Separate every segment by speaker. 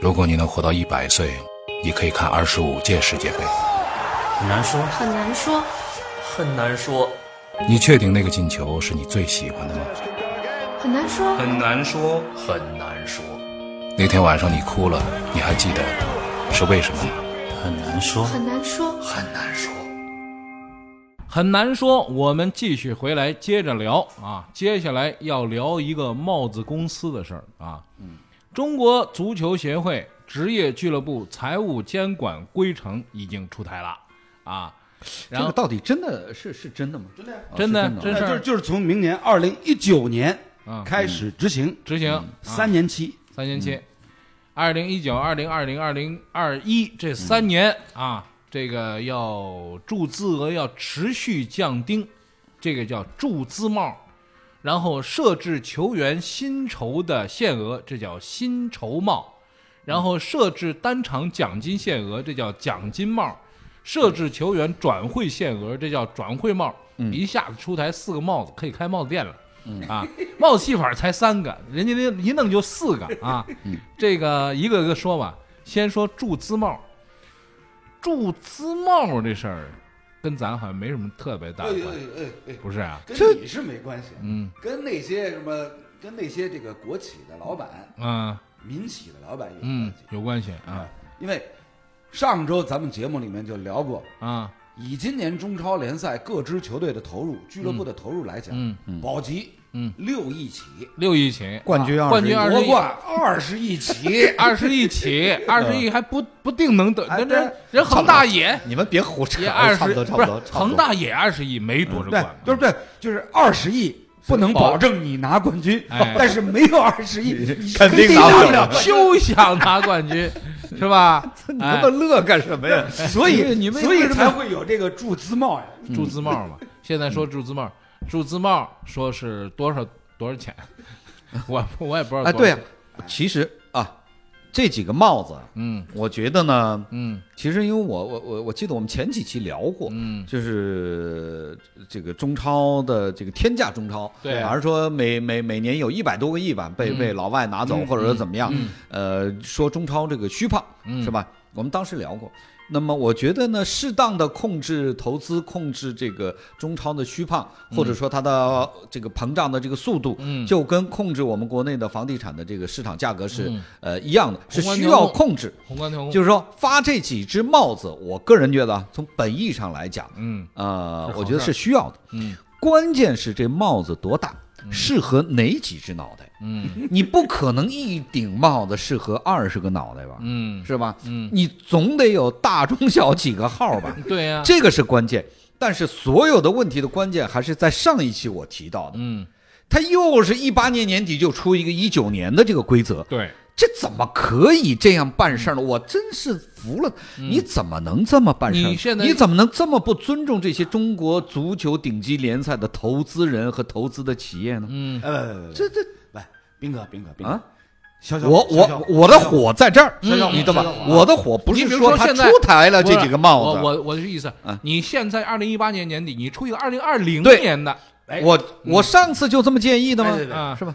Speaker 1: 如果你能活到一百岁，你可以看二十五届世界杯。
Speaker 2: 很难说，
Speaker 3: 很难说，
Speaker 2: 很难说，
Speaker 1: 你确定那个进球是你最喜欢的吗？
Speaker 3: 很难说，
Speaker 2: 很难说，很难说，
Speaker 1: 那天晚上你哭了，你还记得是为什么吗？
Speaker 2: 很难说，
Speaker 3: 很难说。
Speaker 2: 很难说。
Speaker 4: 很难说。我们继续回来接着聊啊，接下来要聊一个帽子公司的事儿啊。中国足球协会职业俱乐部财务监管规程已经出台了啊，
Speaker 5: 这
Speaker 4: 然
Speaker 5: 个
Speaker 4: 后
Speaker 5: 到底真的是是真的吗？哦真的呀，哎
Speaker 4: 真的
Speaker 5: 吗
Speaker 4: 真
Speaker 6: 那
Speaker 4: 事
Speaker 6: 就是
Speaker 4: 儿
Speaker 6: 就是从明年二零一九年
Speaker 4: 嗯
Speaker 6: 开始执行
Speaker 4: 执
Speaker 5: 嗯
Speaker 4: 行啊
Speaker 6: 三年期，
Speaker 4: 三年期，二零一九、二零二零、二零二一这三年啊，这个要注资额要持续降低，这个叫注资帽，然后设置球员薪酬的限额，这叫薪酬帽，然后设置单场奖金限额，这叫奖金帽，设置球员转会限额，这叫转会帽。一下子出台四个帽子，可以开帽子店了。啊， 帽子戏法才三个，人家那一弄就四个啊。这个一个个说吧，先说注资帽。注资帽这事儿，跟咱好像没什么特别大的关系，
Speaker 6: 哎哎，
Speaker 4: 不是啊？
Speaker 6: 跟你是没关系，
Speaker 4: 嗯
Speaker 6: 跟那些什么，跟那些这个国企的老板、
Speaker 4: 啊
Speaker 6: 民企的老板有
Speaker 4: 嗯
Speaker 6: 关系，
Speaker 4: 有关系啊
Speaker 6: 因为上周咱们节目里面就聊过，
Speaker 4: 啊
Speaker 6: 以今年中超联赛各支球队的投入、俱乐部的投入来讲，
Speaker 4: 嗯
Speaker 6: 保级
Speaker 4: 嗯
Speaker 6: 六亿起，
Speaker 4: 六亿起，啊
Speaker 5: 冠军
Speaker 4: 冠军二
Speaker 5: 21
Speaker 4: 十
Speaker 6: 夺
Speaker 4: 亿，，
Speaker 6: 冠二十亿起
Speaker 4: 二十亿 起，二十亿还不不定能得，
Speaker 5: 嗯哎
Speaker 4: 人
Speaker 5: 对
Speaker 4: 人人恒大也
Speaker 5: 你们别胡扯
Speaker 4: 也，二
Speaker 5: 差
Speaker 4: 十，
Speaker 5: 不
Speaker 4: 不
Speaker 5: 多差
Speaker 4: 是
Speaker 5: 不多，嗯差不多
Speaker 4: 恒大也二十亿，没夺着
Speaker 6: 对
Speaker 4: 冠，，
Speaker 6: 对不对？就是二十亿不能保证你拿冠军，
Speaker 4: 哎
Speaker 6: 但是没有二十亿，你是
Speaker 5: 肯定拿
Speaker 6: 肯
Speaker 5: 不了
Speaker 6: 定拿冠军
Speaker 4: 啊 休想拿冠 军，是吧？
Speaker 5: 你
Speaker 4: 哎
Speaker 5: 他妈乐干什 么呀？
Speaker 6: 所以
Speaker 4: 你们
Speaker 6: 所以
Speaker 4: 为什么
Speaker 6: 才会有这个注资帽呀。
Speaker 4: 注资帽嘛。现在说注资帽，
Speaker 5: 嗯
Speaker 4: 注资帽说是多少多少 钱，我我也不知道。
Speaker 5: 哎，对呀，，其实啊，这几个帽子，
Speaker 4: 嗯
Speaker 5: 我觉得呢，
Speaker 4: 嗯
Speaker 5: 其实因为我我我我记得我们前几期聊过，
Speaker 4: 嗯，
Speaker 5: 就是这个中超的这个天价中超，
Speaker 4: 对
Speaker 5: 而说每每每年有一百多个亿吧，被
Speaker 4: 嗯
Speaker 5: 被老外拿走
Speaker 4: 嗯
Speaker 5: 或者说怎么样
Speaker 4: 嗯，
Speaker 5: 呃，说中超这个虚胖
Speaker 4: 嗯
Speaker 5: 是吧？我们当时聊过。那么我觉得呢，适当的控制投资，控制这个中超的虚胖，或者说它的这个膨胀的这个速度，
Speaker 4: 嗯
Speaker 5: 就跟控制我们国内的房地产的这个市场价格是、
Speaker 4: 嗯
Speaker 5: 呃一样的，是
Speaker 4: 宏观
Speaker 5: 需
Speaker 4: 调
Speaker 5: 要
Speaker 4: 控
Speaker 5: 控制。
Speaker 4: 宏观调控
Speaker 5: 就是说发这几只帽子，我个人觉得啊，从本意上来讲，
Speaker 4: 嗯
Speaker 5: 呃
Speaker 4: 是，好
Speaker 5: 我觉得
Speaker 4: 事儿
Speaker 5: 是需要的。
Speaker 4: 嗯
Speaker 5: 关键是这帽子多大，适合哪几只脑袋？
Speaker 4: 嗯
Speaker 5: 你不可能一顶帽子适合二十个脑袋吧？
Speaker 4: 嗯
Speaker 5: 是吧？
Speaker 4: 嗯，
Speaker 5: 你总得有大中小几个号 吧？
Speaker 4: 对呀，
Speaker 5: 这个是关键。但是所有的问题的关键还是在上一期我提到的，
Speaker 4: 嗯
Speaker 5: 它又是一八年年底就出一个一九年的这个规则，
Speaker 4: 对，
Speaker 5: 这怎么可以这样办事儿呢？
Speaker 4: 嗯
Speaker 5: 我真是服了，你怎么能这么办事儿？
Speaker 4: 你现在
Speaker 5: 你怎么能这么不尊重这些中国足球顶级联赛的投资人和投资的企业呢？
Speaker 4: 嗯
Speaker 6: 呃，
Speaker 5: 这这
Speaker 6: 来，斌哥，斌哥，斌哥
Speaker 5: 啊，
Speaker 6: 小小
Speaker 5: 我
Speaker 6: 火小小
Speaker 5: 我
Speaker 6: 火
Speaker 5: 我的火在这儿，
Speaker 4: 嗯
Speaker 5: 你懂吧
Speaker 6: 小小？火
Speaker 5: 我的火不是
Speaker 4: 你比如说
Speaker 5: 他
Speaker 4: 现
Speaker 5: 出
Speaker 4: 在
Speaker 5: 台了
Speaker 4: 不是
Speaker 5: 啊这几个帽
Speaker 4: 我
Speaker 5: 子，
Speaker 4: 我我的意思
Speaker 5: 啊，
Speaker 4: 你现在二零一八年年底，你出一个二零二零
Speaker 5: 对
Speaker 4: 年的，
Speaker 6: 哎
Speaker 5: 我我上次就这么建议的
Speaker 6: 对对
Speaker 5: 吗？
Speaker 4: 嗯
Speaker 6: 对
Speaker 4: 啊
Speaker 5: 是吧？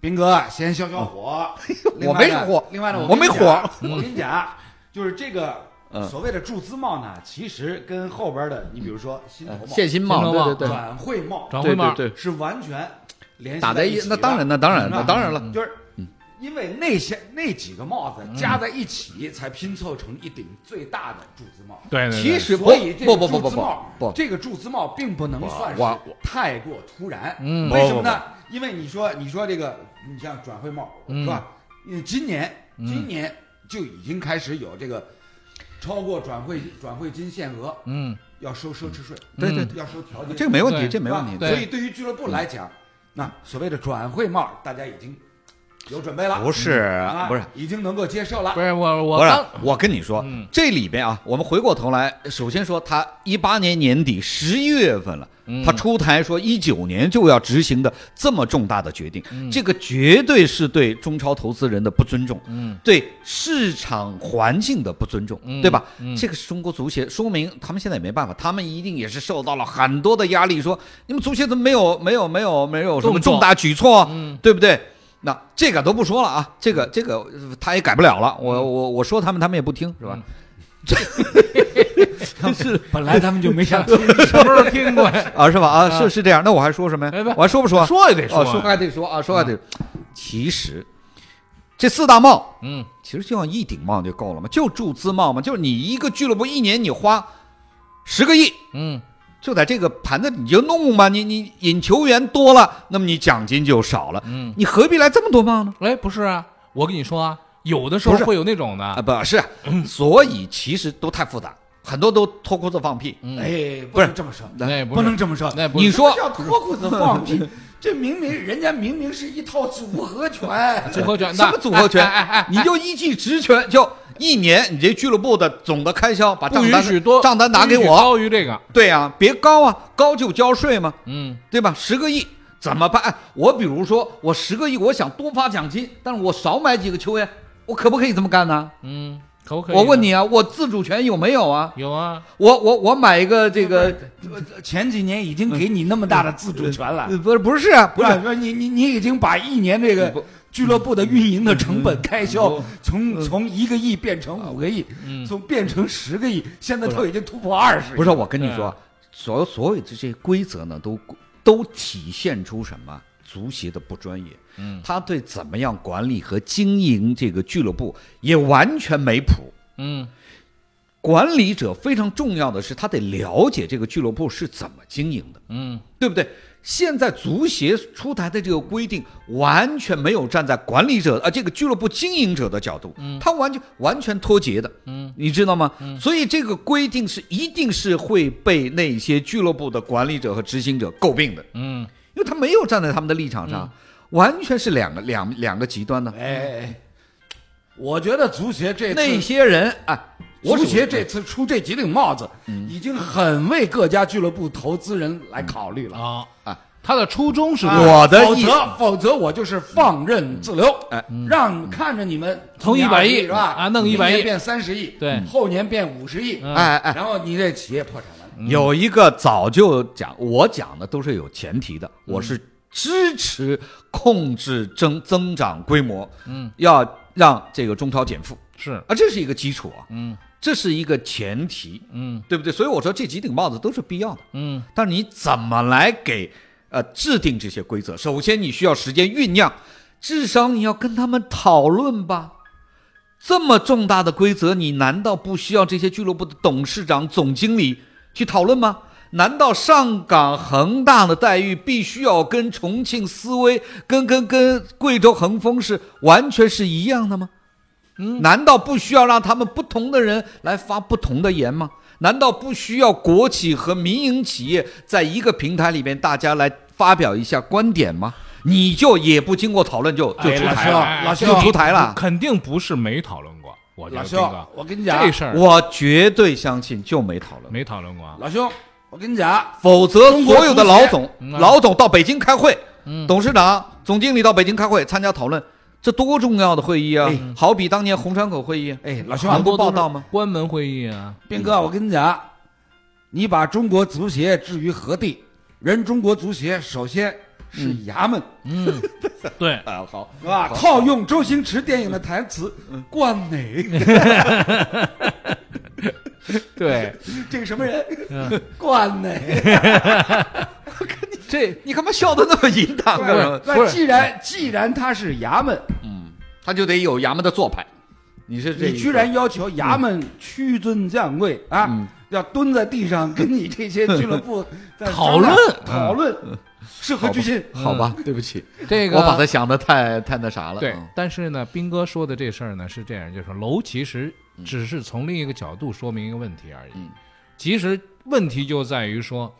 Speaker 6: 斌哥啊先消消火， 另
Speaker 5: 我
Speaker 6: 外
Speaker 5: 没
Speaker 6: 呢
Speaker 5: 火
Speaker 6: 另外呢，
Speaker 5: 我
Speaker 6: 跟你
Speaker 5: 没
Speaker 6: 讲
Speaker 5: 火
Speaker 6: 我跟你讲，啊就是这个
Speaker 5: 嗯
Speaker 6: 所谓的注资帽呢，其实跟后边的你比如说薪酬帽、
Speaker 5: 现金
Speaker 4: 薪酬
Speaker 5: 帽，
Speaker 4: 帽
Speaker 5: 对对对
Speaker 6: 转会帽
Speaker 4: 转会帽，
Speaker 5: 对对
Speaker 6: 是完全联系
Speaker 5: 打在
Speaker 6: 一
Speaker 5: 一
Speaker 6: 起的
Speaker 5: 那当然那当然
Speaker 6: 嗯
Speaker 5: 那当然了，嗯
Speaker 6: 就是因为那些那几个帽子加在一起，才拼凑成一顶最大的注资帽。
Speaker 4: 对对，对
Speaker 5: 其实不
Speaker 6: 所以这个
Speaker 5: 不不不
Speaker 6: 注
Speaker 5: 不
Speaker 6: 资
Speaker 5: 不
Speaker 6: 帽
Speaker 5: 不
Speaker 6: 这个注资帽并不能算是
Speaker 5: 我
Speaker 6: 太过突然。
Speaker 4: 嗯
Speaker 6: 为什么呢？因为你说你说这个，你像转会帽是吧？嗯，今年今年就已经开始有这个超过转会转会金限额
Speaker 4: 嗯
Speaker 6: 要收奢侈税，嗯
Speaker 5: 对对，
Speaker 6: 要收调节税，
Speaker 5: 这个没问题，
Speaker 4: 对
Speaker 5: 这没问
Speaker 6: 是
Speaker 5: 题
Speaker 6: 吧。
Speaker 4: 对
Speaker 6: 所以对于嗯俱乐部来讲，那所谓的转会帽，大家已经有准备了，
Speaker 5: 不是
Speaker 6: 啊，
Speaker 5: 不是，
Speaker 6: 已经能够接受了
Speaker 4: 不。是我我
Speaker 5: 不是
Speaker 4: 刚，
Speaker 5: 我跟你说
Speaker 4: 嗯，
Speaker 5: 这里边啊，我们回过头来，首先说他一八年年底十一月份了
Speaker 4: 嗯，
Speaker 5: 他出台说一九年就要执行的这么重大的决定，这个绝对是对中超投资人的不尊重，
Speaker 4: 嗯
Speaker 5: 对市场环境的不尊重，
Speaker 4: 嗯
Speaker 5: 对吧？
Speaker 4: 嗯
Speaker 5: 这个是中国足协，说明他们现在也没办法，他们一定也是受到了很多的压力，说你们足协怎么没有没有没有没有什么
Speaker 4: 动作
Speaker 5: 重大举措啊，
Speaker 4: 嗯
Speaker 5: 对不对？那这个都不说了啊，这个这个呃他也改不了了。我我我说他们，他们也不听，是吧？
Speaker 7: 本来他们就没 想听，
Speaker 4: 什么时候听过呀？
Speaker 5: 啊，是吧？啊，是是这样。那我还说什么呀
Speaker 4: 哎不？
Speaker 5: 我还说不说？
Speaker 4: 说也得
Speaker 5: 哦，
Speaker 4: 说
Speaker 5: 说
Speaker 4: 呀，
Speaker 5: 还得说啊，说还得说。其实这四大帽
Speaker 4: 嗯，
Speaker 5: 其实就像一顶帽就够了嘛，就注资帽嘛，就是你一个俱乐部一年你花十个亿，
Speaker 4: 嗯，
Speaker 5: 就在这个盘子里你就弄吧，你你引球员多了，那么你奖金就少了，
Speaker 4: 嗯，
Speaker 5: 你何必来这么多帽呢？
Speaker 4: 哎，不是啊，我跟你说啊，有的时候
Speaker 5: 不是
Speaker 4: 会有那种
Speaker 5: 啊，
Speaker 4: 的，
Speaker 5: 不是，所以其实都太复杂，很多都脱裤子放屁。
Speaker 4: 嗯，
Speaker 6: 哎，
Speaker 5: 不是
Speaker 6: 能这么说，
Speaker 4: 那也不
Speaker 6: 不能
Speaker 4: 是，
Speaker 6: 这么说。
Speaker 4: 那也不
Speaker 5: 你
Speaker 4: 是，
Speaker 5: 说
Speaker 6: 这叫脱裤子放 屁，这明明人家明明是一套组合拳，
Speaker 4: 组合拳，
Speaker 5: 什
Speaker 4: 那
Speaker 5: 么组合拳？
Speaker 4: 哎哎哎哎，
Speaker 5: 你就依据职权，就一年你这俱乐部的总的开销，把
Speaker 4: 哎不
Speaker 5: 账
Speaker 4: 允
Speaker 5: 单
Speaker 4: 许多
Speaker 5: 账单拿给
Speaker 4: 不允许
Speaker 5: 我。
Speaker 4: 高于这个，
Speaker 5: 对呀、别高啊，高就交税嘛，
Speaker 4: 嗯
Speaker 5: 对吧？十个亿怎么办？哎我比如说，我十个亿，我想多发奖金，但是我少买几个球员，我可不可以这么干呢？
Speaker 4: 嗯，可不可以？
Speaker 5: 我问，你啊，我自主权有没有啊？
Speaker 4: 有啊，
Speaker 5: 我我我买一个这个，
Speaker 6: 前几年已经给你那么大的自主权了。
Speaker 5: 呃不是不是啊，不
Speaker 6: 不
Speaker 5: 是
Speaker 6: 是，说你你你已经把一年这个
Speaker 5: 不
Speaker 6: 俱乐部的运营的成本开销从从一个亿变成五个亿，
Speaker 4: 嗯，
Speaker 6: 从变成十个亿，现在都已经突破二十。
Speaker 5: 不是，我跟你
Speaker 4: 对啊
Speaker 5: 说啊，所所有的这些规则呢，都都体现出什么？足协的不专业，
Speaker 4: 嗯，
Speaker 5: 他对怎么样管理和经营这个俱乐部也完全没谱。
Speaker 4: 嗯
Speaker 5: 管理者非常重要的是，他得了解这个俱乐部是怎么经营的，
Speaker 4: 嗯，
Speaker 5: 对不对？现在足协出台的这个规定，完全没有站在管理者啊、呃这个俱乐部经营者的角度，他完全完全脱节的，
Speaker 4: 嗯，
Speaker 5: 你知道吗？所以这个规定是一定是会被那些俱乐部的管理者和执行者诟病的，
Speaker 4: 嗯，
Speaker 5: 因为他没有站在他们的立场上，完全是两个两两个极端
Speaker 4: 嗯
Speaker 5: 的。
Speaker 6: 哎，我觉得足协这
Speaker 5: 那
Speaker 6: 次，
Speaker 5: 些人哎，我
Speaker 6: 足
Speaker 5: 属于
Speaker 6: 协这次出这几顶帽子，
Speaker 4: 嗯
Speaker 6: 已经很为各家俱乐部投资人来考虑了。
Speaker 4: 啊
Speaker 5: 啊，
Speaker 4: 他的初衷是
Speaker 5: 啊我的
Speaker 6: 否
Speaker 5: 意
Speaker 6: 则否则我就是放任自
Speaker 4: 嗯
Speaker 6: 流，
Speaker 5: 哎
Speaker 6: 让看着你们
Speaker 4: 从
Speaker 6: 一
Speaker 4: 100亿
Speaker 6: 是吧？
Speaker 4: 啊弄
Speaker 6: 明
Speaker 4: 100亿
Speaker 6: 年变三十亿，
Speaker 4: 对
Speaker 6: 后年变五十亿，
Speaker 4: 嗯
Speaker 5: 哎哎，
Speaker 6: 然后你这企业破产了。
Speaker 5: 有一个早就讲，我讲的都是有前提的，
Speaker 4: 嗯
Speaker 5: 我是支持控制增增长规模，
Speaker 4: 嗯，
Speaker 5: 要让这个中超减负
Speaker 4: 是，
Speaker 5: 啊，这是一个基础啊，
Speaker 4: 嗯，
Speaker 5: 这是一个前提，
Speaker 4: 嗯
Speaker 5: 对不对？所以我说这几顶帽子都是必要的，
Speaker 4: 嗯
Speaker 5: 但是你怎么来给呃制定这些规则？首先你需要时间酝酿，至少你要跟他们讨论吧。这么重大的规则，你难道不需要这些俱乐部的董事长、总经理去讨论吗？难道上港恒大的待遇必须要跟重庆斯威、跟跟跟贵州恒丰是完全是一样的吗？难道不需要让他们不同的人来发不同的言吗？难道不需要国企和民营企业在一个平台里面大家来发表一下观点吗？你就也不经过讨论就就出台了，
Speaker 4: 哎老
Speaker 5: 就出台了。
Speaker 4: 肯定不是没讨论过，我觉
Speaker 6: 老
Speaker 4: 哎得这
Speaker 6: 兄
Speaker 4: 个，
Speaker 6: 我跟你讲，啊
Speaker 4: 这事儿
Speaker 5: 我绝对相信就没讨论，
Speaker 4: 没讨论过啊，
Speaker 6: 老兄，我跟你讲，啊
Speaker 5: 否则所有的老总
Speaker 4: 嗯啊
Speaker 5: 老总到北京开会，
Speaker 4: 嗯
Speaker 5: 董事长、总经理到北京开会参加讨论，这多重要的会议啊！好比当年红山口会议，啊
Speaker 6: 哎，老兄，
Speaker 5: 能
Speaker 4: 很
Speaker 5: 够
Speaker 4: 多都
Speaker 5: 报
Speaker 4: 是
Speaker 5: 道吗？
Speaker 4: 关门会议啊，
Speaker 6: 斌哥，我跟你讲，你把中国足协置于何地？人中国足协首先是衙门，
Speaker 4: 嗯，对，
Speaker 5: 啊，好，
Speaker 6: 是吧？套用周星驰电影的台词，
Speaker 4: 嗯
Speaker 6: 冠美，
Speaker 4: 对，嗯
Speaker 6: 这个什么人？冠美。
Speaker 4: 这
Speaker 5: 你干嘛笑的那么淫荡啊干什么？
Speaker 4: 不
Speaker 6: 那
Speaker 4: 是
Speaker 6: 既然既然他是衙门，
Speaker 5: 他就得有衙门的做派。你是这意
Speaker 6: 你
Speaker 5: 思
Speaker 6: 居然要求衙门屈尊降贵啊
Speaker 5: 嗯，
Speaker 6: 要蹲在地上跟你这些俱乐 部在
Speaker 4: 讨论
Speaker 6: 商量讨论，是何居心？
Speaker 5: 嗯好吧？对不起，
Speaker 4: 这个
Speaker 5: 我把他想的太太那啥了。
Speaker 4: 对
Speaker 5: 嗯，
Speaker 4: 但是呢，斌哥说的这事儿呢是这样，就是楼其实只是从另一个角度说明一个问题而已。
Speaker 5: 嗯
Speaker 4: 其实问题就在于说，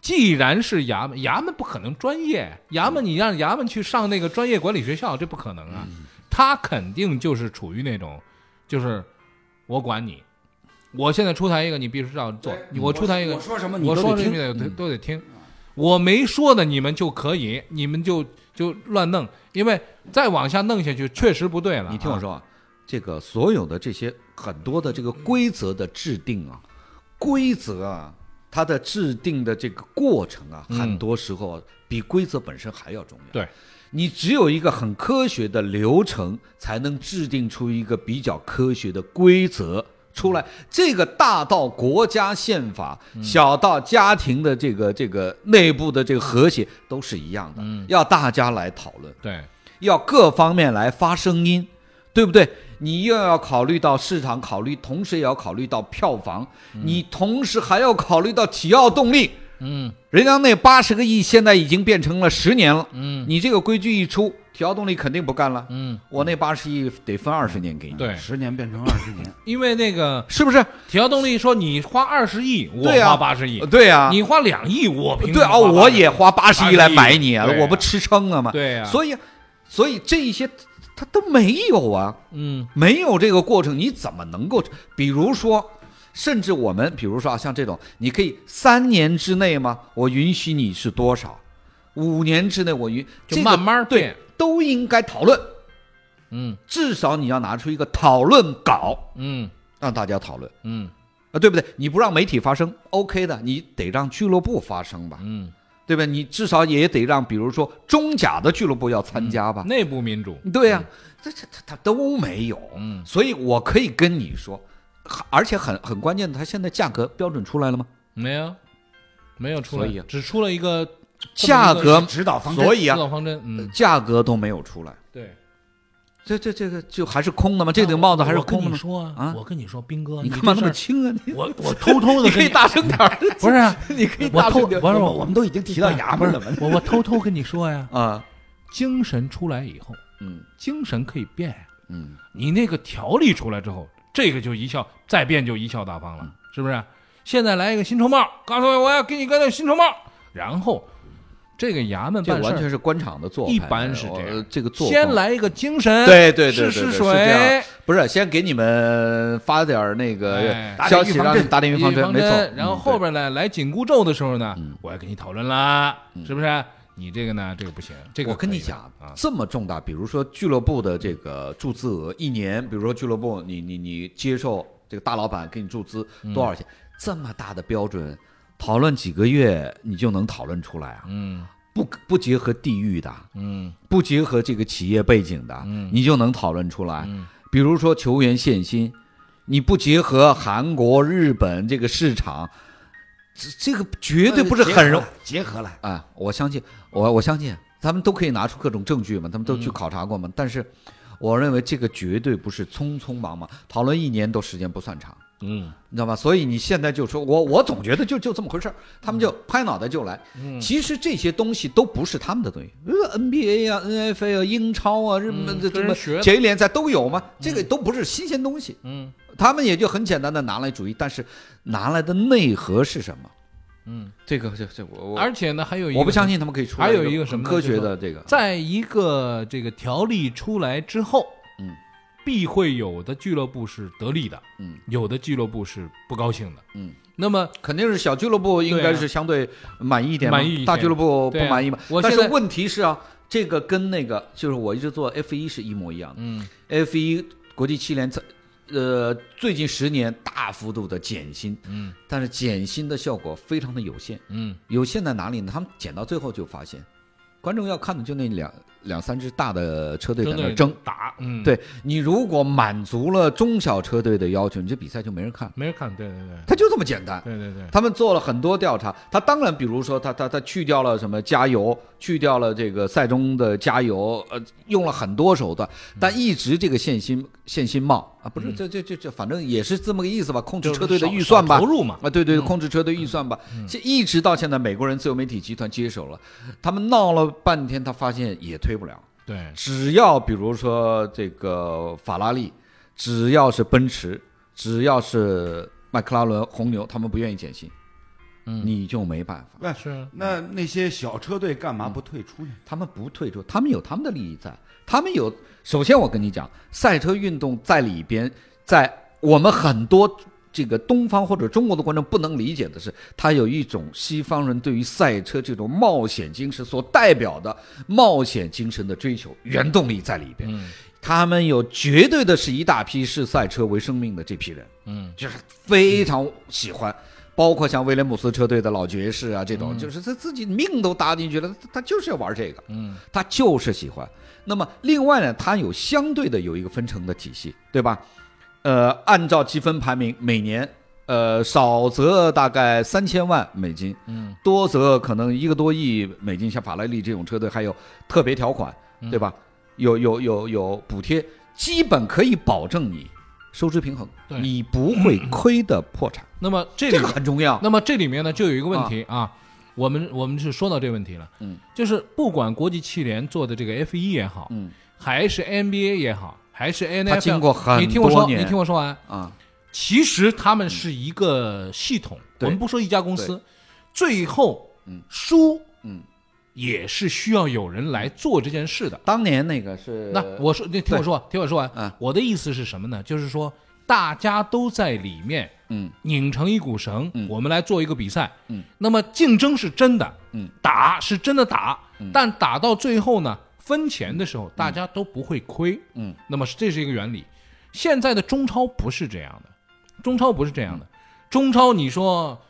Speaker 4: 既然是衙门，衙门不可能专业，衙门你让衙门去上那个专业管理学校，这不可能
Speaker 6: 嗯
Speaker 4: 啊。他肯定就是处于那种，就是我管你，我现在出台一个，你必须照做
Speaker 6: 对。
Speaker 4: 我出台一个，
Speaker 6: 我说什么你
Speaker 4: 我
Speaker 6: 都
Speaker 4: 说
Speaker 6: 得
Speaker 4: 这
Speaker 6: 听。嗯
Speaker 4: 个都都得听，我没说的你们就可以，你们就就乱弄，因为再往下弄下去确实不对了啊。
Speaker 5: 你听我说啊，这个所有的这些很多的这个规则的制定啊，规则啊，它的制定的这个过程啊，
Speaker 4: 嗯
Speaker 5: 很多时候啊比规则本身还要重要。
Speaker 4: 对，
Speaker 5: 你只有一个很科学的流程，才能制定出一个比较科学的规则出
Speaker 4: 嗯
Speaker 5: 来。这个大到国家宪法，小到家庭的这个这个内部的这个和谐，都是一样的，
Speaker 4: 嗯
Speaker 5: 要大家来讨论。
Speaker 4: 对，
Speaker 5: 要各方面来发声音，对不对？你又要考虑到市场考虑，同时也要考虑到票房，你同时还要考虑到体奥动力。
Speaker 4: 嗯
Speaker 5: 人家那八十个亿现在已经变成了十年了，
Speaker 4: 嗯
Speaker 5: 你这个规矩一出，体奥动力肯定不干了。
Speaker 4: 嗯，
Speaker 5: 我那八十亿得分二十年给你，，
Speaker 4: 对，
Speaker 6: 十年变成二十 年，
Speaker 4: 因为那个
Speaker 5: 是不是？
Speaker 4: 体育动力说你花二十亿，我
Speaker 5: 对啊
Speaker 4: 花八十亿，
Speaker 5: 对呀、
Speaker 4: 你花两亿，我凭什
Speaker 5: 对
Speaker 4: 么
Speaker 5: 啊，
Speaker 4: 花80亿
Speaker 5: 我也花八十亿来买你啊
Speaker 4: 对，啊
Speaker 5: 我不吃撑了吗？
Speaker 4: 对啊呀，以
Speaker 5: 所以，所以这一些他都没有啊。
Speaker 4: 嗯
Speaker 5: 没有这个过程，你怎么能够？比如说，甚至我们，比如说啊，像这种，你可以三年之内吗？我允许你是多少？五年之内我允，
Speaker 4: 就
Speaker 5: 这个
Speaker 4: 慢慢
Speaker 5: 对
Speaker 4: 变，
Speaker 5: 都应该讨论，
Speaker 4: 嗯
Speaker 5: 至少你要拿出一个讨论稿
Speaker 4: 嗯
Speaker 5: 让大家讨论
Speaker 4: 嗯
Speaker 5: 啊，对不对？你不让媒体发声，OK 的，你得让俱乐部发声吧，
Speaker 4: 嗯，
Speaker 5: 对吧？你至少也得让，比如说中甲的俱乐部要参加吧，
Speaker 4: 内部民主，
Speaker 5: 对呀、这这他他都没有，
Speaker 4: 嗯
Speaker 5: 所以我可以跟你说，而且很很关键的，它现在价格标准出来了吗？
Speaker 4: 没有没有出
Speaker 5: 所以
Speaker 4: 来
Speaker 5: 啊，
Speaker 4: 只出了一个
Speaker 5: 价格
Speaker 6: 指导方针
Speaker 5: 所以
Speaker 4: 指
Speaker 5: 啊，
Speaker 4: 导方针，嗯，
Speaker 5: 价格都没有出来，
Speaker 4: 对，
Speaker 5: 这这这个就还是空的吗？这顶帽子还是
Speaker 4: 我跟
Speaker 5: 空的
Speaker 4: 你
Speaker 5: 吗？
Speaker 4: 说啊
Speaker 5: 啊，
Speaker 4: 我跟你说，斌哥，
Speaker 5: 你
Speaker 4: 这
Speaker 5: 干嘛那
Speaker 4: 事
Speaker 5: 么
Speaker 4: 儿
Speaker 5: 轻啊？你
Speaker 2: 我我偷偷
Speaker 5: 你
Speaker 2: 的
Speaker 5: 可
Speaker 2: 跟
Speaker 5: 以
Speaker 2: 你，
Speaker 5: 大声点儿，
Speaker 7: 不是啊，
Speaker 5: 你可以
Speaker 7: 我
Speaker 5: 大
Speaker 7: 偷
Speaker 5: 声点儿。
Speaker 7: 不是我
Speaker 6: 我们都已经提到衙门了嘛。
Speaker 7: 我我偷偷跟你说呀，
Speaker 5: 啊，
Speaker 4: 精神出来以后，
Speaker 5: 嗯
Speaker 4: 精神可以变呀。
Speaker 5: 嗯，
Speaker 4: 你那个条例出来之后，这个就一笑再变就一笑大方
Speaker 5: 嗯
Speaker 4: 了，是不是？现在来一个新臭帽，告诉我我要给你个那新臭帽，然后这个衙门
Speaker 5: 这
Speaker 4: 办事
Speaker 5: 完
Speaker 4: 儿
Speaker 5: 全是官场的做派，
Speaker 4: 一般是这样
Speaker 5: 呃这个做
Speaker 4: 先
Speaker 5: 风
Speaker 4: 来一个精神，
Speaker 5: 对对对对
Speaker 4: 试
Speaker 5: 对
Speaker 4: 试
Speaker 5: 是这样
Speaker 4: 水，
Speaker 5: 不是先给你们发点儿那
Speaker 4: 哎
Speaker 5: 个
Speaker 6: 打点
Speaker 5: 消
Speaker 6: 预
Speaker 5: 息，
Speaker 6: 防
Speaker 5: 让你
Speaker 6: 针
Speaker 5: 们打点预防针，没错。
Speaker 4: 然后
Speaker 5: 嗯
Speaker 4: 后
Speaker 5: 对嗯
Speaker 4: 边呢来紧箍咒的时候呢，我要跟你讨论啦，是不是？你这个呢，这个不行，这个
Speaker 5: 我跟
Speaker 4: 可
Speaker 5: 你
Speaker 4: 以的
Speaker 5: 讲
Speaker 4: 啊，，
Speaker 5: 这么重大，比如说俱乐部的这个注资额，一年，比如说俱乐部你你你接受这个大老板给你注资多少钱，
Speaker 4: 嗯
Speaker 5: 这么大的标准，讨论几个月你就能讨论出来啊？
Speaker 4: 嗯
Speaker 5: 不不结合地域的，
Speaker 4: 嗯
Speaker 5: 不结合这个企业背景的，
Speaker 4: 嗯
Speaker 5: 你就能讨论出来。
Speaker 4: 嗯
Speaker 5: 比如说球员限薪，你不结合韩国、日本这个市场，这这个绝对不是很容
Speaker 6: 结合了，
Speaker 5: 啊，我相信，我我相信他们都可以拿出各种证据嘛，他们
Speaker 4: 嗯
Speaker 5: 都去考察过嘛。但是，我认为这个绝对不是匆匆忙忙讨论一年都时间不算长，
Speaker 4: 嗯
Speaker 5: 你知道吗？所以你现在就说我，我总觉得就就这么回事儿，他们就拍脑袋就来。
Speaker 4: 嗯
Speaker 5: 其实这些东西都不是他们的东西，呃，NBA 啊、NFL 啊、英超啊，日本
Speaker 4: 嗯
Speaker 5: 这
Speaker 4: 跟
Speaker 5: 什
Speaker 4: 人学
Speaker 5: 么
Speaker 4: 的
Speaker 5: 甲 A 联赛都有嘛，这个都不是新鲜东西，
Speaker 4: 嗯
Speaker 5: 他们也就很简单的拿来主义，但是拿来的内核是什么？
Speaker 4: 嗯，
Speaker 5: 这个这这我我
Speaker 4: 而且呢，还有一个
Speaker 5: 我不相信他们可以出来
Speaker 4: 还有一
Speaker 5: 一
Speaker 4: 个
Speaker 5: 个
Speaker 4: 什么呢
Speaker 5: 很科学的这个，
Speaker 4: 在一个这个条例出来之后，
Speaker 5: 嗯，
Speaker 4: 必会有的俱乐部是得利的，
Speaker 5: 嗯，
Speaker 4: 有的俱乐部是不高兴的，
Speaker 5: 嗯。
Speaker 4: 那么
Speaker 5: 肯定是小俱乐部应该是相对满意一点嘛，
Speaker 4: 啊满意一些
Speaker 5: 大俱乐部不
Speaker 4: 对啊
Speaker 5: 满意嘛。
Speaker 4: 我
Speaker 5: 但
Speaker 4: 现在
Speaker 5: 是问题是啊，这个跟那个就是我一直做 F 一是一模一样的。
Speaker 4: 嗯
Speaker 5: F 一国际七联在呃最近十年大幅度的减薪，
Speaker 4: 嗯
Speaker 5: 但是减薪的效果非常的有限，
Speaker 4: 嗯
Speaker 5: 有限在哪里呢？他们减到最后就发现，观众要看的就那两两三支大的车队在那儿争。
Speaker 4: 打，嗯，，
Speaker 5: 对你如果满足了中小车队的要求，你这比赛就没人看，
Speaker 4: 没人看，对对对
Speaker 5: 他就这么简单。
Speaker 4: 对对对，
Speaker 5: 他们做了很多调查，他当然，比如说他他他去掉了什么加油，去掉了这个赛中的加油，呃，用了很多手段，
Speaker 4: 嗯
Speaker 5: 但一直这个限薪限薪帽啊，不是这这这这，反正也是这么个意思吧，控制车队的预算吧
Speaker 4: 投，入嘛，嗯
Speaker 5: 啊，对对，控制车队预算吧，这一直到现在，美国人自由媒体集团接手了，他们闹了半天，他发现也推不了，
Speaker 4: 对，
Speaker 5: 只要比如说这个法拉利，只要是奔驰，只要是麦克拉伦、红牛，他们不愿意减薪，
Speaker 4: 嗯
Speaker 5: 你就没办法。
Speaker 6: 那
Speaker 4: 是
Speaker 6: 哎
Speaker 4: 啊
Speaker 6: 那那些小车队干嘛不退出呢？
Speaker 5: 他们不退出，他们有他们的利益在，他们有。首先，我跟你讲，赛车运动在里边，在我们很多这个东方或者中国的观众不能理解的是，它有一种西方人对于赛车这种冒险精神所代表的冒险精神的追求，原动力在里边。
Speaker 4: 嗯
Speaker 5: 他们有绝对的是一大批视赛车为生命的这批人，
Speaker 4: 嗯，
Speaker 5: 就是非常喜欢。包括像威廉姆斯车队的老爵士啊，这种、就是他自己命都搭进去了，他他就是要玩这个，
Speaker 4: 嗯，
Speaker 5: 他就是喜欢。那么另外呢，它有相对的有一个分成的体系，对吧？呃，按照积分排名，每年呃少则大概三千万美金，
Speaker 4: 嗯，
Speaker 5: 多则可能一个多亿美金，像法拉利这种车队还有特别条款，
Speaker 4: 嗯
Speaker 5: 对吧？有有有有补贴，基本可以保证你收支平衡，
Speaker 4: 对
Speaker 5: 你不会亏的破产，
Speaker 4: 那么这里
Speaker 5: 这个很重要。
Speaker 4: 那么这里面呢，就有一个问题啊，我们我们是说到这个问题了，
Speaker 5: 嗯，
Speaker 4: 就是不管国际汽联做的这个 F 一也好，
Speaker 5: 嗯
Speaker 4: 还是 NBA 也好，还是 NFL，
Speaker 5: 它经过很
Speaker 4: 你听我说，
Speaker 5: 多年
Speaker 4: 你听我说完，
Speaker 5: 啊，嗯
Speaker 4: 其实他们是一个系统，
Speaker 5: 对
Speaker 4: 我们不说一家公司，最后，输，
Speaker 5: 嗯，
Speaker 4: 也是需要有人来做这件事的。
Speaker 5: 当年那个是
Speaker 4: 那我说，你听我
Speaker 5: 对
Speaker 4: 说，听我说完。
Speaker 5: 嗯
Speaker 4: 我的意思是什么呢？就是说，大家都在里面
Speaker 5: 嗯
Speaker 4: 拧成一股绳，
Speaker 5: 嗯
Speaker 4: 我们来做一个比赛。
Speaker 5: 嗯，
Speaker 4: 那么竞争是真的，
Speaker 5: 嗯，
Speaker 4: 打是真的打，
Speaker 5: 嗯
Speaker 4: 但打到最后呢，分钱的时候大家都不会亏。
Speaker 5: 嗯，
Speaker 4: 那么是这是一个原理。现在的中超不是这样的，中超不是这样的。中超，你说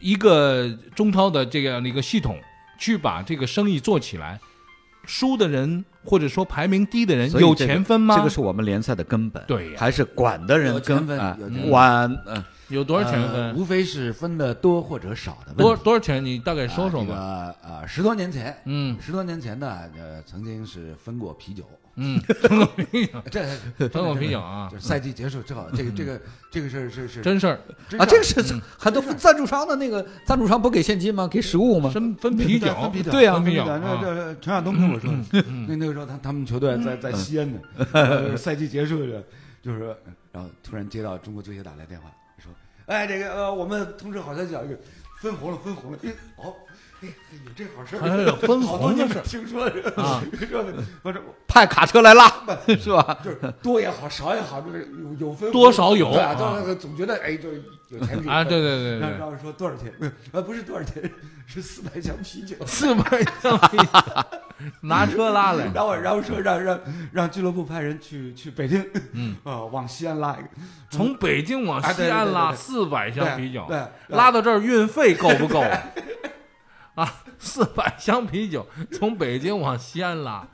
Speaker 4: 一个中超的这样的一个系统去把这个生意做起来，输的人或者说排名低的人
Speaker 5: 所以
Speaker 4: 有
Speaker 5: 这个
Speaker 4: 钱分吗？
Speaker 5: 这个是我们联赛的根本，
Speaker 4: 对呀
Speaker 5: 还是管的人
Speaker 6: 有
Speaker 5: 根
Speaker 6: 钱分
Speaker 5: 啊
Speaker 6: 有钱分嗯
Speaker 5: 管呃
Speaker 4: 有多少钱分？
Speaker 6: 呃无非是分的多或者少的问题。
Speaker 4: 多多少钱？你大概说说吧。
Speaker 6: 啊这个呃，十多年前，
Speaker 4: 嗯
Speaker 6: 十多年前呢，呃，曾经是分过啤酒，
Speaker 4: 嗯，分过啤酒，
Speaker 6: 这
Speaker 4: 分过啤酒啊嗯
Speaker 6: 就，是赛季结束之后，这个这个这个事儿是是
Speaker 4: 真事儿，
Speaker 5: 啊，这个
Speaker 6: 是
Speaker 5: 是很多赞助商的那个赞助商不给现金吗？给实物吗？
Speaker 4: 分分啤酒，
Speaker 6: 分啤酒，
Speaker 5: 对啊
Speaker 4: 分啤酒
Speaker 6: 那那
Speaker 4: 啊，嗯
Speaker 6: 这陈晓东跟我说， 那那个时候他他们球队在在西安呢， 呃赛季结束了，就是然后突然接到中国足协打来电话，说，哎，这个呃，我们同事好消息啊，分红了，分红了，哎，哦。哎，有这好事儿
Speaker 4: 还有分红的
Speaker 6: 好多年没
Speaker 4: 事儿
Speaker 6: 听说
Speaker 4: 啊
Speaker 6: 啊！说的我说
Speaker 5: 派卡车来拉，是吧？
Speaker 6: 就是多也好，少也好，就是有有分红
Speaker 4: 多少有
Speaker 6: 对啊，
Speaker 4: 啊
Speaker 6: 就是总觉得哎，就是有钱给
Speaker 4: 啊，
Speaker 6: 分
Speaker 4: 对对对
Speaker 6: 然后
Speaker 4: 对
Speaker 6: 然，后说多少钱？ 啊，不是多少钱，是四百箱啤酒。
Speaker 4: 四百箱啤酒， 拿车拉来，
Speaker 6: 然后然后说让让让俱乐部派人去去北京，
Speaker 4: 嗯，
Speaker 6: 啊，往西安拉一个
Speaker 4: 从北京往西安拉
Speaker 6: 啊
Speaker 4: 四百箱啤酒，
Speaker 6: 对呃对对
Speaker 4: 拉到这儿运费够不 够啊？啊，四百箱啤酒从北京往西安拉，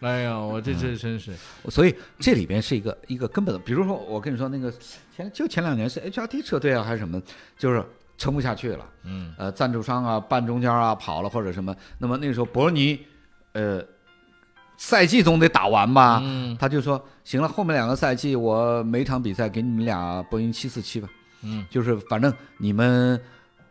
Speaker 4: 哎呀，我
Speaker 5: 嗯
Speaker 4: 这这真是，
Speaker 5: 所以这里边是一个一个根本的，比如说我跟你说那个前就前两年是 HRT 车队啊还是什么，就是撑不下去了，
Speaker 4: 嗯，
Speaker 5: 呃，赞助商啊半中间啊跑了或者什么，那么那时候伯尼，呃，赛季总得打完吧，
Speaker 4: 嗯
Speaker 5: 他就说行了，后面两个赛季我每场比赛给你们俩波音七四七吧，
Speaker 4: 嗯，
Speaker 5: 就是反正你们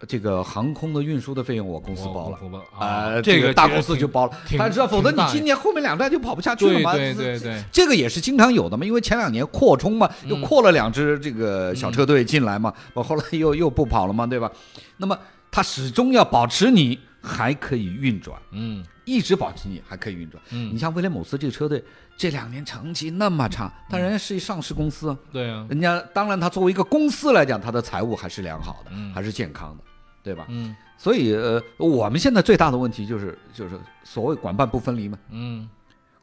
Speaker 5: 这个航空的运输的费用我公司
Speaker 4: 我
Speaker 5: 包了。
Speaker 4: 我我
Speaker 5: 啊，
Speaker 4: 啊，
Speaker 5: 这
Speaker 4: 个
Speaker 5: 大
Speaker 4: 这个
Speaker 5: 公司就
Speaker 4: 挺
Speaker 5: 包了，
Speaker 4: 挺
Speaker 5: 大家知道，否则
Speaker 4: 挺
Speaker 5: 你
Speaker 4: 大
Speaker 5: 今年后面两站就跑不下去了
Speaker 4: 对
Speaker 5: 嘛。
Speaker 4: 对
Speaker 5: 这
Speaker 4: 对嗯对，
Speaker 5: 这个也是经常有的嘛，因为前两年扩充嘛，又扩了两支这个
Speaker 4: 嗯
Speaker 5: 小车队进来嘛，我后来又又不跑了嘛，对吧？那么它始终要保持你还可以运转，
Speaker 4: 嗯
Speaker 5: 一直保持你还可以运转。
Speaker 4: 嗯
Speaker 5: 你，像威廉姆斯这个车队，这两年成绩那么差，但人家是一上市公司啊，
Speaker 4: 对啊，
Speaker 5: 人家当然他作为一个公司来讲，他的财务还是良好的，
Speaker 4: 嗯
Speaker 5: 还是健康的，对吧？
Speaker 4: 嗯
Speaker 5: 所以呃，我们现在最大的问题就是就是所谓管办不分离嘛，
Speaker 4: 嗯，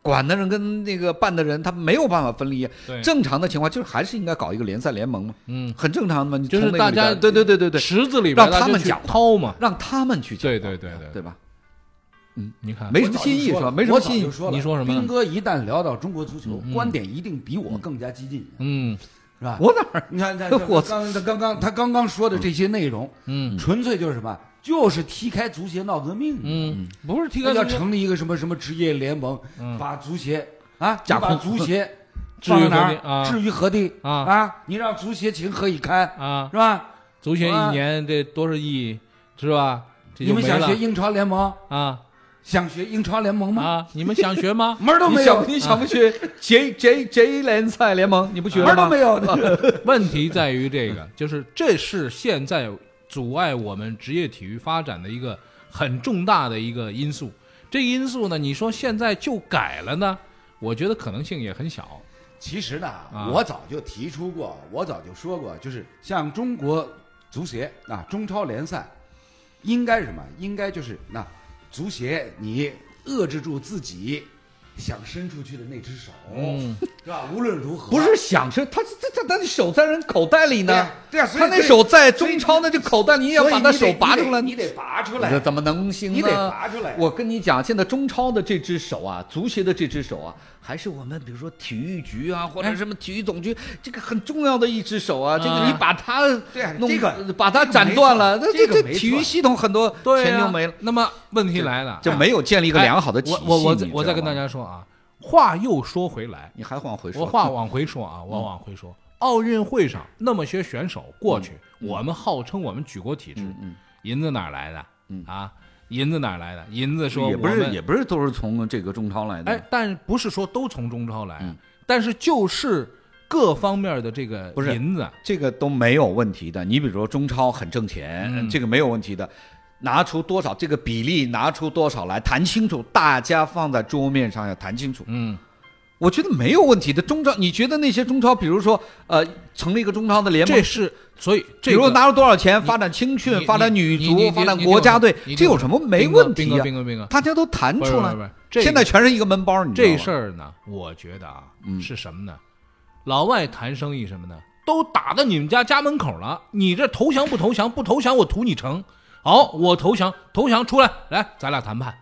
Speaker 5: 管的人跟那个办的人他没有办法分离啊。
Speaker 4: 对，
Speaker 5: 正常的情况就是还是应该搞一个联赛联盟嘛，
Speaker 4: 嗯
Speaker 5: 很正常的嘛。你
Speaker 4: 就是
Speaker 5: 从那个
Speaker 4: 大
Speaker 5: 里
Speaker 4: 家
Speaker 5: 边对对对对对，
Speaker 4: 池子里边
Speaker 5: 让
Speaker 4: 大家
Speaker 5: 他们
Speaker 4: 去
Speaker 5: 讲话
Speaker 4: 掏嘛，
Speaker 5: 让他们去讲
Speaker 4: 对
Speaker 5: 话，
Speaker 4: 对对对
Speaker 5: 对吧？
Speaker 4: 你看，
Speaker 5: 没什么新意是吧？没什么新意
Speaker 6: 我早就。说了
Speaker 4: 你说什么呢
Speaker 6: 斌哥一旦聊到中国足球
Speaker 4: 嗯，
Speaker 6: 观点一定比我更加激进，
Speaker 4: 嗯
Speaker 6: 是吧？
Speaker 5: 我哪儿？
Speaker 6: 你看，你看，
Speaker 5: 我
Speaker 6: 刚他刚刚他刚刚说的这些内容，
Speaker 4: 嗯
Speaker 6: 纯粹就是什么？就是踢开足协闹革命，
Speaker 4: 嗯，不是踢
Speaker 6: 那
Speaker 4: 开
Speaker 6: 要成立一个什么什么职业联盟，
Speaker 4: 嗯
Speaker 6: 把足协啊，
Speaker 5: 架
Speaker 6: 你把
Speaker 5: 空
Speaker 6: 足协
Speaker 4: 置于
Speaker 6: 放哪
Speaker 4: 何地啊
Speaker 6: 儿？置于何地
Speaker 4: 啊
Speaker 6: 你让足协情何以堪？
Speaker 4: 啊，
Speaker 6: 是吧？
Speaker 4: 足协一年这多少亿是吧？这
Speaker 6: 你
Speaker 4: 就
Speaker 6: 们
Speaker 4: 没
Speaker 6: 想
Speaker 4: 了
Speaker 6: 学英超联盟？
Speaker 4: 啊
Speaker 6: 想学英超联
Speaker 5: 嗯
Speaker 6: 盟吗？
Speaker 4: 啊，你们想学吗？
Speaker 6: 门儿都
Speaker 5: 你
Speaker 6: 没有
Speaker 5: 想，你想不去 J J J 联赛联盟？你不学
Speaker 6: 门
Speaker 5: 了
Speaker 6: 儿都
Speaker 5: 吗
Speaker 6: 没？有。
Speaker 4: 问题在于这个， 就是这是现在阻碍我们职业体育发展的一个很重大的一个因素。这因素呢，你说现在就改了呢，我觉得可能性也很小。
Speaker 6: 其实呢，
Speaker 5: 啊
Speaker 6: 我早就提出过，我早就说过，就是像中国足协啊，中超联赛应该是什么？应该就是那足协你遏制住自己想伸出去的那只手，
Speaker 4: 嗯
Speaker 6: 是吧？无论如何，
Speaker 5: 不是想是他他他这他的手在人口袋里
Speaker 6: 对
Speaker 5: 呢
Speaker 6: 呀，对呀所以
Speaker 5: 他那手在中超那就口袋，你也
Speaker 6: 所以
Speaker 5: 把
Speaker 6: 你
Speaker 5: 他
Speaker 6: 得
Speaker 5: 手拔
Speaker 6: 你
Speaker 5: 出
Speaker 6: 得
Speaker 5: 来，
Speaker 6: 你得拔出
Speaker 5: 这
Speaker 6: 来，
Speaker 5: 怎么能行呢？
Speaker 6: 你得拔出来
Speaker 5: 我跟你讲，现在中超的这只手啊，足协的这只手啊，还是我们比如说体育局啊，或者什么体育总局，这个很重要的一只手啊。这个你把它
Speaker 6: 对啊
Speaker 5: 弄，
Speaker 6: 嗯这个
Speaker 5: 把它
Speaker 6: 这个
Speaker 5: 斩
Speaker 6: 没
Speaker 5: 断
Speaker 6: 错
Speaker 5: 了，那
Speaker 6: 这个
Speaker 5: 这
Speaker 6: 没
Speaker 5: 体育
Speaker 6: 错
Speaker 5: 系统很多
Speaker 4: 对
Speaker 5: 钱
Speaker 4: 呀
Speaker 5: 就没了，
Speaker 4: 那么问题来了，
Speaker 5: 就没有建立一
Speaker 4: 一
Speaker 6: 哎
Speaker 5: 个良好的体系。
Speaker 4: 我我我再
Speaker 5: 你
Speaker 4: 我
Speaker 5: 知
Speaker 4: 再
Speaker 5: 道
Speaker 4: 跟大
Speaker 5: 吗，
Speaker 4: 家说啊，话又说回来，
Speaker 5: 你还往回说，嗯
Speaker 4: 我话往回说啊，我往回说，奥运会上那么些选手过去，
Speaker 5: 嗯
Speaker 4: 我们号称我们举国体制，银子哪儿来的？啊，银子哪儿来的？银子说
Speaker 5: 嗯也不
Speaker 4: 我
Speaker 5: 是
Speaker 4: 们
Speaker 5: 也不是都是从这个中超来的，嗯
Speaker 4: 哎，但不是说都从中超来，但是就是各方面的这个
Speaker 5: 不是
Speaker 4: 银子，
Speaker 5: 这个都没有问题的。你比如说中超很挣钱，这个没有问题的，拿出多少这个比例，拿出多少来谈清楚，大家放在桌面上要谈清楚。
Speaker 4: 嗯，
Speaker 5: 我觉得没有问题的。中超，你觉得那些中超，比如说呃，成立一个中超的联盟
Speaker 4: 这。是所以这
Speaker 5: 比如
Speaker 4: 个
Speaker 5: 说拿出多少钱发展青训、
Speaker 4: 你
Speaker 5: 发展女
Speaker 4: 你你
Speaker 5: 足、
Speaker 4: 你
Speaker 5: 发展
Speaker 4: 你
Speaker 5: 国家队
Speaker 4: 你，
Speaker 5: 这有什么没
Speaker 4: 斌哥
Speaker 5: 问题
Speaker 4: 斌哥
Speaker 5: 啊？
Speaker 4: 斌哥斌哥
Speaker 5: 大家都谈
Speaker 4: 不是
Speaker 5: 出
Speaker 4: 不
Speaker 5: 来
Speaker 4: 是不是。这个
Speaker 5: 现在全是一个闷包，你知道嗯吗
Speaker 4: 这事儿呢，我觉得啊，是什么呢？老外谈生意什么呢？都打到你们家家门口了，你这投降不投降？不投降我图你成。好，我投降，投降出来，来，咱俩谈判。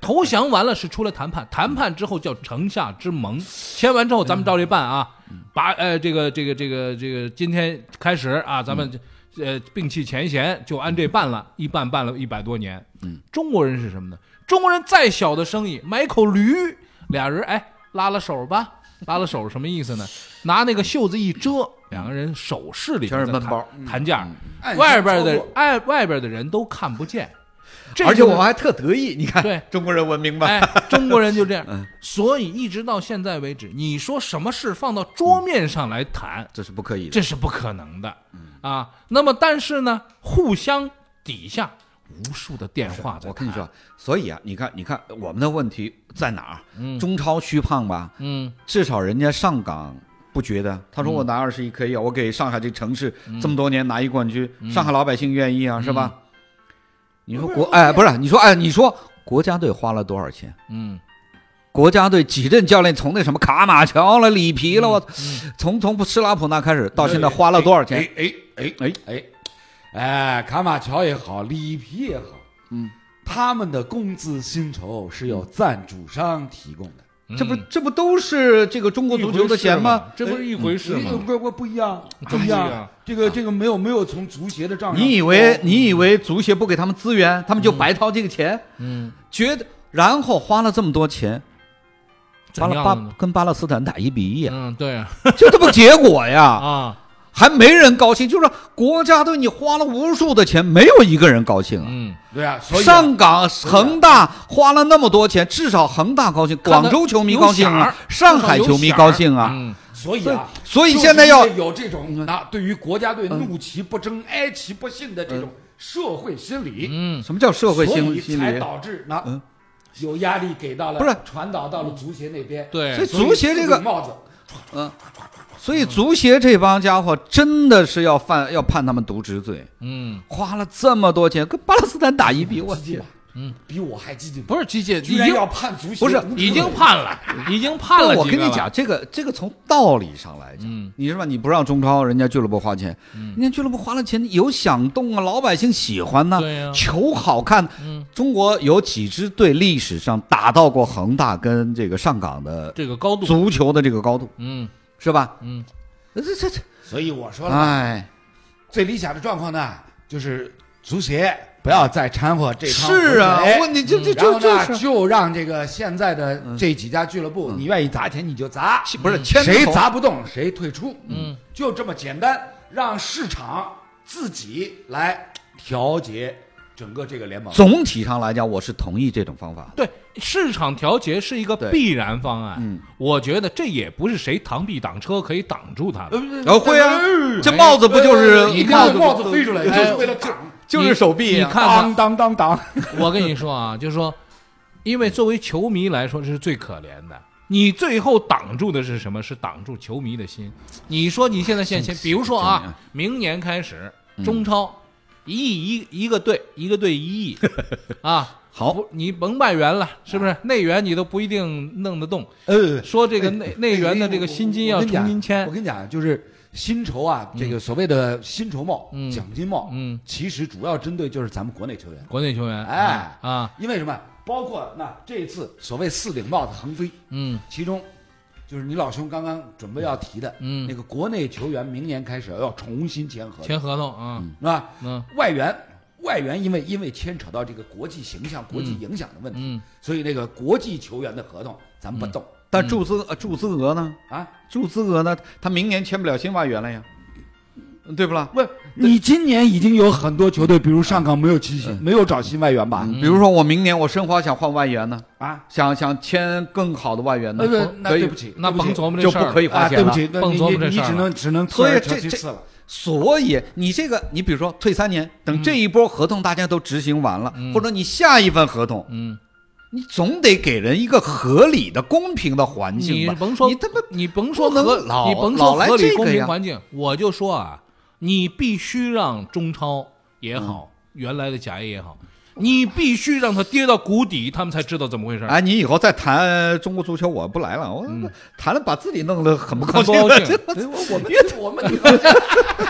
Speaker 4: 投降完了是出来谈判，谈判之后叫城下之盟，签完之后咱们照这办啊。把呃这个这个这个这个今天开始啊，咱
Speaker 5: 嗯
Speaker 4: 们、呃摒弃前嫌，就按这办了，一办办了一百多年。嗯，中国人是什么呢？中国人再小的生意，买口驴，俩人哎拉拉手吧， 拉拉手什么意思呢？拿那个袖子一遮，两个人手势里
Speaker 5: 嗯全是
Speaker 4: 在
Speaker 5: 闷
Speaker 4: 谈
Speaker 5: 包嗯哎
Speaker 4: 谈价，
Speaker 6: 暗箱
Speaker 4: 外边
Speaker 6: 操
Speaker 4: 的
Speaker 6: 作
Speaker 4: 外外边的人都看不见。这
Speaker 5: 而且
Speaker 4: 就是
Speaker 5: 我们还特得意，你看，
Speaker 4: 对
Speaker 5: 中国人文明 吧？
Speaker 4: 哎，中国人就这
Speaker 5: 嗯
Speaker 4: 样，所以一直到现在为止，你说什么事放到桌面上来谈，
Speaker 5: 这是不可以的。
Speaker 4: 这是不可能的
Speaker 5: 嗯
Speaker 4: 啊。那么，但是呢，互相底下无数的电话在
Speaker 5: 我跟你
Speaker 4: 谈，
Speaker 5: 说，所以啊，你看，你看我们的问题在哪儿？中超虚胖吧，
Speaker 4: 嗯，
Speaker 5: 至少人家上港不觉得。他说我拿二十亿可以啊，我给上海这城市
Speaker 4: 嗯
Speaker 5: 这么多年拿一冠军，上海老百姓愿意啊，是吧？你说国哎，不是你说哎，你说国家队花了多少钱？
Speaker 4: 嗯，
Speaker 5: 国家队几任教练从那什么卡马乔了、里皮
Speaker 4: 嗯
Speaker 5: 了，我从从施拉普那开始到现在花了多少钱？
Speaker 6: 哎哎
Speaker 5: 哎
Speaker 6: 哎哎哎，卡马乔也好，里皮也好，
Speaker 5: 嗯，
Speaker 6: 他们的工资薪酬是由赞助商提供的。
Speaker 5: 这不这不都是这个中国足球的钱吗？？哎
Speaker 4: 这不是一回事
Speaker 6: 这个
Speaker 4: 吗？
Speaker 6: 不不不一样，不一
Speaker 4: 不一样
Speaker 6: 样。这个这个没有没有从足协的账上。
Speaker 5: 哎你以为你以为足协不给他们资源，他们就白掏这个钱？
Speaker 4: 嗯，
Speaker 5: 觉得然后花了这么多钱，
Speaker 4: 怎
Speaker 5: 巴
Speaker 4: 样
Speaker 5: 勒巴
Speaker 4: 了呢？
Speaker 5: 跟巴勒斯坦打一比一，
Speaker 4: 嗯，对啊，
Speaker 5: 就 这么结果呀，
Speaker 4: 啊，
Speaker 5: 还没人高兴。就是国家队你花了无数的钱，没有一个人高兴啊。
Speaker 4: 嗯，
Speaker 6: 对啊，所以啊
Speaker 5: 上港恒大花了那么多钱，至少恒大高兴，
Speaker 4: 看到
Speaker 5: 广州球迷高兴
Speaker 4: 有响儿
Speaker 5: 啊，上海球迷高兴啊。
Speaker 4: 嗯，
Speaker 6: 所以啊，
Speaker 5: 所以
Speaker 6: 就是
Speaker 5: 现在要嗯
Speaker 6: 因为有这种那对于国家队怒其不争、哀其不幸的这种社会心理，
Speaker 4: 嗯，
Speaker 5: 什么叫嗯社会
Speaker 6: 所
Speaker 5: 心
Speaker 6: 以
Speaker 5: 心
Speaker 6: 才
Speaker 5: 理？
Speaker 6: 导致
Speaker 4: 啊
Speaker 6: 那、
Speaker 5: 嗯
Speaker 6: 有压力给到了，
Speaker 5: 不是
Speaker 6: 传导到了足协那边。
Speaker 5: 所以
Speaker 4: 对，
Speaker 6: 所以
Speaker 5: 足协这个
Speaker 6: 四顶帽子，
Speaker 5: 所以足协这帮家伙真的是要犯要判他们渎职罪，
Speaker 4: 嗯，
Speaker 5: 花了这么多钱跟巴勒斯坦打一比，我
Speaker 6: 激进
Speaker 5: 天
Speaker 6: 吧，！嗯，比我还激进，
Speaker 4: 不是机械，
Speaker 6: 居
Speaker 4: 已
Speaker 6: 然要
Speaker 4: 经
Speaker 6: 判足协
Speaker 5: 不是
Speaker 6: 无知
Speaker 4: 已经
Speaker 6: 者
Speaker 4: 判 了，已经判了
Speaker 5: 但我
Speaker 4: 几
Speaker 5: 跟
Speaker 4: 个
Speaker 5: 你
Speaker 4: 了
Speaker 5: 讲，，这个这个从道理上来讲，
Speaker 4: 嗯
Speaker 5: 你是吧？你不让中超，人家俱乐部花钱，人家俱乐部花了钱有响动啊，老百姓喜欢呐，
Speaker 4: 对啊呀
Speaker 5: 球好看。
Speaker 4: 嗯
Speaker 5: 中国有几支队历史上打到过恒大跟这个上港的
Speaker 4: 这个高度，
Speaker 5: 足球的这个高度，
Speaker 4: 嗯
Speaker 5: 是吧？
Speaker 4: 嗯，
Speaker 5: 这这这，
Speaker 6: 所以我说了，
Speaker 5: 哎，
Speaker 6: 最理想的状况呢，就是足协不要再掺和这趟浑水。
Speaker 5: 是啊，
Speaker 4: 哎
Speaker 5: 问题
Speaker 4: 嗯
Speaker 5: 就就
Speaker 6: 然后
Speaker 5: 就就
Speaker 6: 呢，
Speaker 5: 是嗯
Speaker 6: 就让这个现在的这几家俱乐部，你愿意砸钱你就砸，
Speaker 5: 不是牵
Speaker 6: 谁
Speaker 5: 头
Speaker 6: 砸不动谁退出，
Speaker 4: 嗯，
Speaker 6: 就这么简单，让市场自己来调节整个这个联盟。
Speaker 5: 总体上来讲，我是同意这种方法。
Speaker 4: 对，市场调节是一个
Speaker 5: 对
Speaker 4: 必然方案。
Speaker 5: 嗯，
Speaker 4: 我觉得这也不是谁螳臂挡车可以挡住他
Speaker 6: 呃
Speaker 4: 的。
Speaker 5: 然后会啊，这帽子不就是
Speaker 6: 哎你
Speaker 5: 帽
Speaker 6: 看
Speaker 5: 子
Speaker 6: 呃帽子飞出
Speaker 5: 嗯
Speaker 6: 来，就
Speaker 4: 哎
Speaker 6: 是为了挡，
Speaker 5: 就是手臂
Speaker 4: 你
Speaker 5: 啊？
Speaker 4: 看看，
Speaker 6: 当当当，
Speaker 4: 我跟你说啊，就是说，因为作为球迷来说，这是最可怜的。你最后挡住的是什么？是挡住球迷的心。你说你现在现前，比如说
Speaker 5: 真的
Speaker 4: 啊，明年
Speaker 5: 嗯
Speaker 4: 开始中超一亿一一个队，一个队一亿啊，
Speaker 5: 好，哎
Speaker 4: 不，你甭外援了，是不是？内援你都不一定弄得动。
Speaker 6: 呃，
Speaker 4: 说这个内
Speaker 6: 哎
Speaker 4: 内援的这个
Speaker 6: 我
Speaker 4: 薪金要
Speaker 6: 我跟你
Speaker 4: 重
Speaker 6: 讲
Speaker 4: 新签
Speaker 6: 我，跟你讲，就是薪酬啊，这个所谓的薪酬帽、
Speaker 4: 嗯
Speaker 6: 奖金帽，
Speaker 4: 嗯，
Speaker 6: 其实主要针对就是咱们国内球员，
Speaker 4: 国内球员，
Speaker 6: 哎
Speaker 4: 啊，
Speaker 6: 因为什么？包括那这一次所谓四顶帽子横飞，
Speaker 4: 嗯
Speaker 6: 其中就是你老兄刚刚准备要提的，
Speaker 4: 嗯
Speaker 6: 那个国内球员明年开始要重新签合同，
Speaker 4: 签合同啊，
Speaker 6: 是吧？
Speaker 4: 嗯
Speaker 6: 外援。外援因为因为牵扯到这个国际形象、国际影响的问题，
Speaker 4: 嗯
Speaker 6: 所以那个国际球员的合同咱们不动、
Speaker 5: 但注资、呃注资额呢？
Speaker 6: 啊。
Speaker 5: 注资额呢？他明年签不了新外援了呀，对不啦？
Speaker 6: 不， 你今年已经有很多球队，比如上港没有新、
Speaker 5: 呃
Speaker 6: 没有找新外援吧？
Speaker 5: 比如说我明年我申花想换外援呢，
Speaker 6: 啊，
Speaker 5: 想想签更好的外援呢，
Speaker 6: 那
Speaker 5: 嗯可
Speaker 6: 那那对
Speaker 5: 以
Speaker 6: 不起，
Speaker 4: 呃那
Speaker 6: 对不
Speaker 4: 甭
Speaker 6: 起
Speaker 4: 琢磨这
Speaker 5: 就
Speaker 4: 事
Speaker 5: 不
Speaker 4: 儿
Speaker 5: 可以花
Speaker 6: 啊，
Speaker 5: 钱
Speaker 6: 对
Speaker 5: 了。
Speaker 6: 不起，那
Speaker 4: 蹦
Speaker 6: 你
Speaker 4: 琢磨
Speaker 6: 你
Speaker 4: 这
Speaker 6: 你
Speaker 4: 事儿
Speaker 6: 只
Speaker 4: 了
Speaker 6: 能只能
Speaker 5: 所以
Speaker 6: 退而求
Speaker 5: 这
Speaker 6: 其
Speaker 5: 这
Speaker 6: 次了。
Speaker 5: 所以你这个，你比如说退三年，等这一波合同大家都执行完了，
Speaker 4: 嗯
Speaker 5: 或者你下一份合同，
Speaker 4: 嗯，
Speaker 5: 你总得给人一个合理的、公平的环境
Speaker 4: 你
Speaker 5: 吧？
Speaker 4: 甭说嗯
Speaker 5: 你他妈
Speaker 4: 你甭说
Speaker 5: 不能
Speaker 4: 合，
Speaker 5: 老
Speaker 4: 你甭
Speaker 5: 老
Speaker 4: 说
Speaker 5: 来
Speaker 4: 合
Speaker 5: 这
Speaker 4: 理
Speaker 5: 个
Speaker 4: 公
Speaker 5: 呀
Speaker 4: 平环境，我就说啊，你必须让中超也
Speaker 5: 嗯
Speaker 4: 好，原来的甲 A 也好，你必须让它跌到谷底，他们才知道怎么回事儿。
Speaker 5: 哎，你以后再谈中国足球，我不来了。我谈了，把自己弄得很不高
Speaker 4: 嗯很
Speaker 5: 兴
Speaker 4: 不高兴。
Speaker 5: 这
Speaker 4: 对我
Speaker 5: 我们
Speaker 6: 我们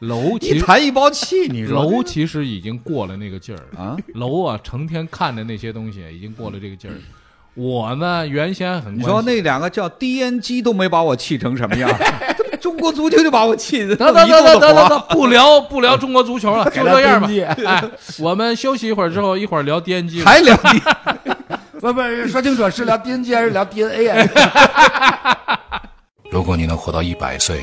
Speaker 4: 楼
Speaker 5: 一
Speaker 4: 其实
Speaker 5: 谈一包气，你说
Speaker 4: 楼其实已经过了那个劲儿了。
Speaker 5: 啊？
Speaker 4: 楼啊，成天看着那些东西，啊已经过了这个劲儿了。我呢，原先很
Speaker 5: 你
Speaker 4: 关
Speaker 5: 说
Speaker 4: 心
Speaker 5: 那两个叫 DNG 都没把我气成什么样， 中国足球就把我气得
Speaker 4: 得
Speaker 5: 弄
Speaker 4: 得
Speaker 5: 一
Speaker 4: 得得
Speaker 5: 肚
Speaker 4: 得得
Speaker 5: 子火。
Speaker 4: 得，不聊不聊中国足 球了，就这样吧
Speaker 7: 编辑。
Speaker 4: 哎，我们休息一会儿之后，一会儿聊 DNG 吧。
Speaker 5: 还聊你
Speaker 6: 不不是说清楚是聊 DNG 还是聊 DNA 啊？
Speaker 1: 如果你能活到一百岁，